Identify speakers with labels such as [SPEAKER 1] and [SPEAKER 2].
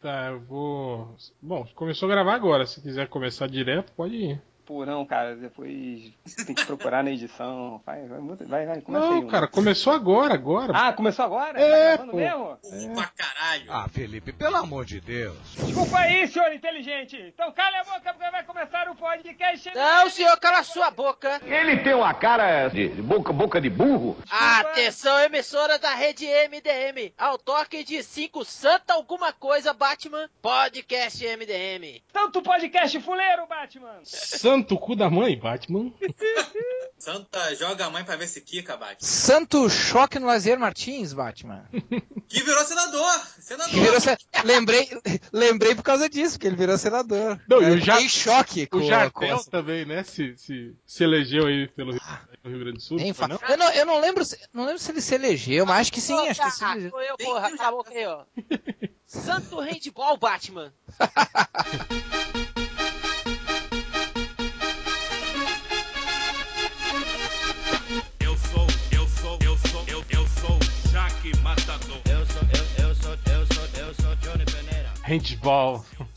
[SPEAKER 1] Tá, eu vou. Bom, começou a gravar agora. Se quiser começar direto, pode ir.
[SPEAKER 2] Pô, não, cara, depois tem que procurar na edição. Vai, vai, muda- vai, vai começa aí.
[SPEAKER 1] Não,
[SPEAKER 2] mano.
[SPEAKER 1] cara, começou agora, agora.
[SPEAKER 2] Ah, começou agora?
[SPEAKER 1] É,
[SPEAKER 2] tá gravando
[SPEAKER 1] pô.
[SPEAKER 2] mesmo?
[SPEAKER 3] Opa, caralho!
[SPEAKER 4] Ah, Felipe, pelo amor de Deus.
[SPEAKER 2] Desculpa aí, senhor inteligente. Então cala a boca porque vai começar o podcast.
[SPEAKER 3] Não, senhor, cala sua boca!
[SPEAKER 5] Ele tem uma cara de boca, boca de burro.
[SPEAKER 3] Atenção, emissora da rede MDM! Ao toque de 5 Santa Alguma Coisa Batman, podcast MDM.
[SPEAKER 2] Tanto podcast fuleiro, Batman.
[SPEAKER 1] Santo cu da mãe, Batman.
[SPEAKER 6] Santa joga a mãe pra ver se quica, Batman.
[SPEAKER 7] Santo choque no Lazer Martins, Batman.
[SPEAKER 6] Que virou senador!
[SPEAKER 7] Que virou
[SPEAKER 6] Senador!
[SPEAKER 7] se- lembrei, lembrei por causa disso, que ele virou senador.
[SPEAKER 1] Não, e o
[SPEAKER 7] Eu
[SPEAKER 1] Ja-
[SPEAKER 7] fiquei em choque com
[SPEAKER 1] O Jardel
[SPEAKER 7] com-
[SPEAKER 1] também, né? Se, se, se elegeu aí pelo Rio, pelo Rio Grande do Sul.
[SPEAKER 7] Nem
[SPEAKER 1] foi,
[SPEAKER 7] fa-
[SPEAKER 1] não?
[SPEAKER 7] Eu, não, eu não lembro se, não lembro se ele se elegeu, mas acho que sim, acho que se
[SPEAKER 3] Ah,
[SPEAKER 7] elegeu.
[SPEAKER 3] Sou eu, porra, cala a boca aí, ó. Santo Handball Batman.
[SPEAKER 8] Eu sou, eu sou, eu sou, eu, eu sou o Jaque Matador.
[SPEAKER 1] Handball.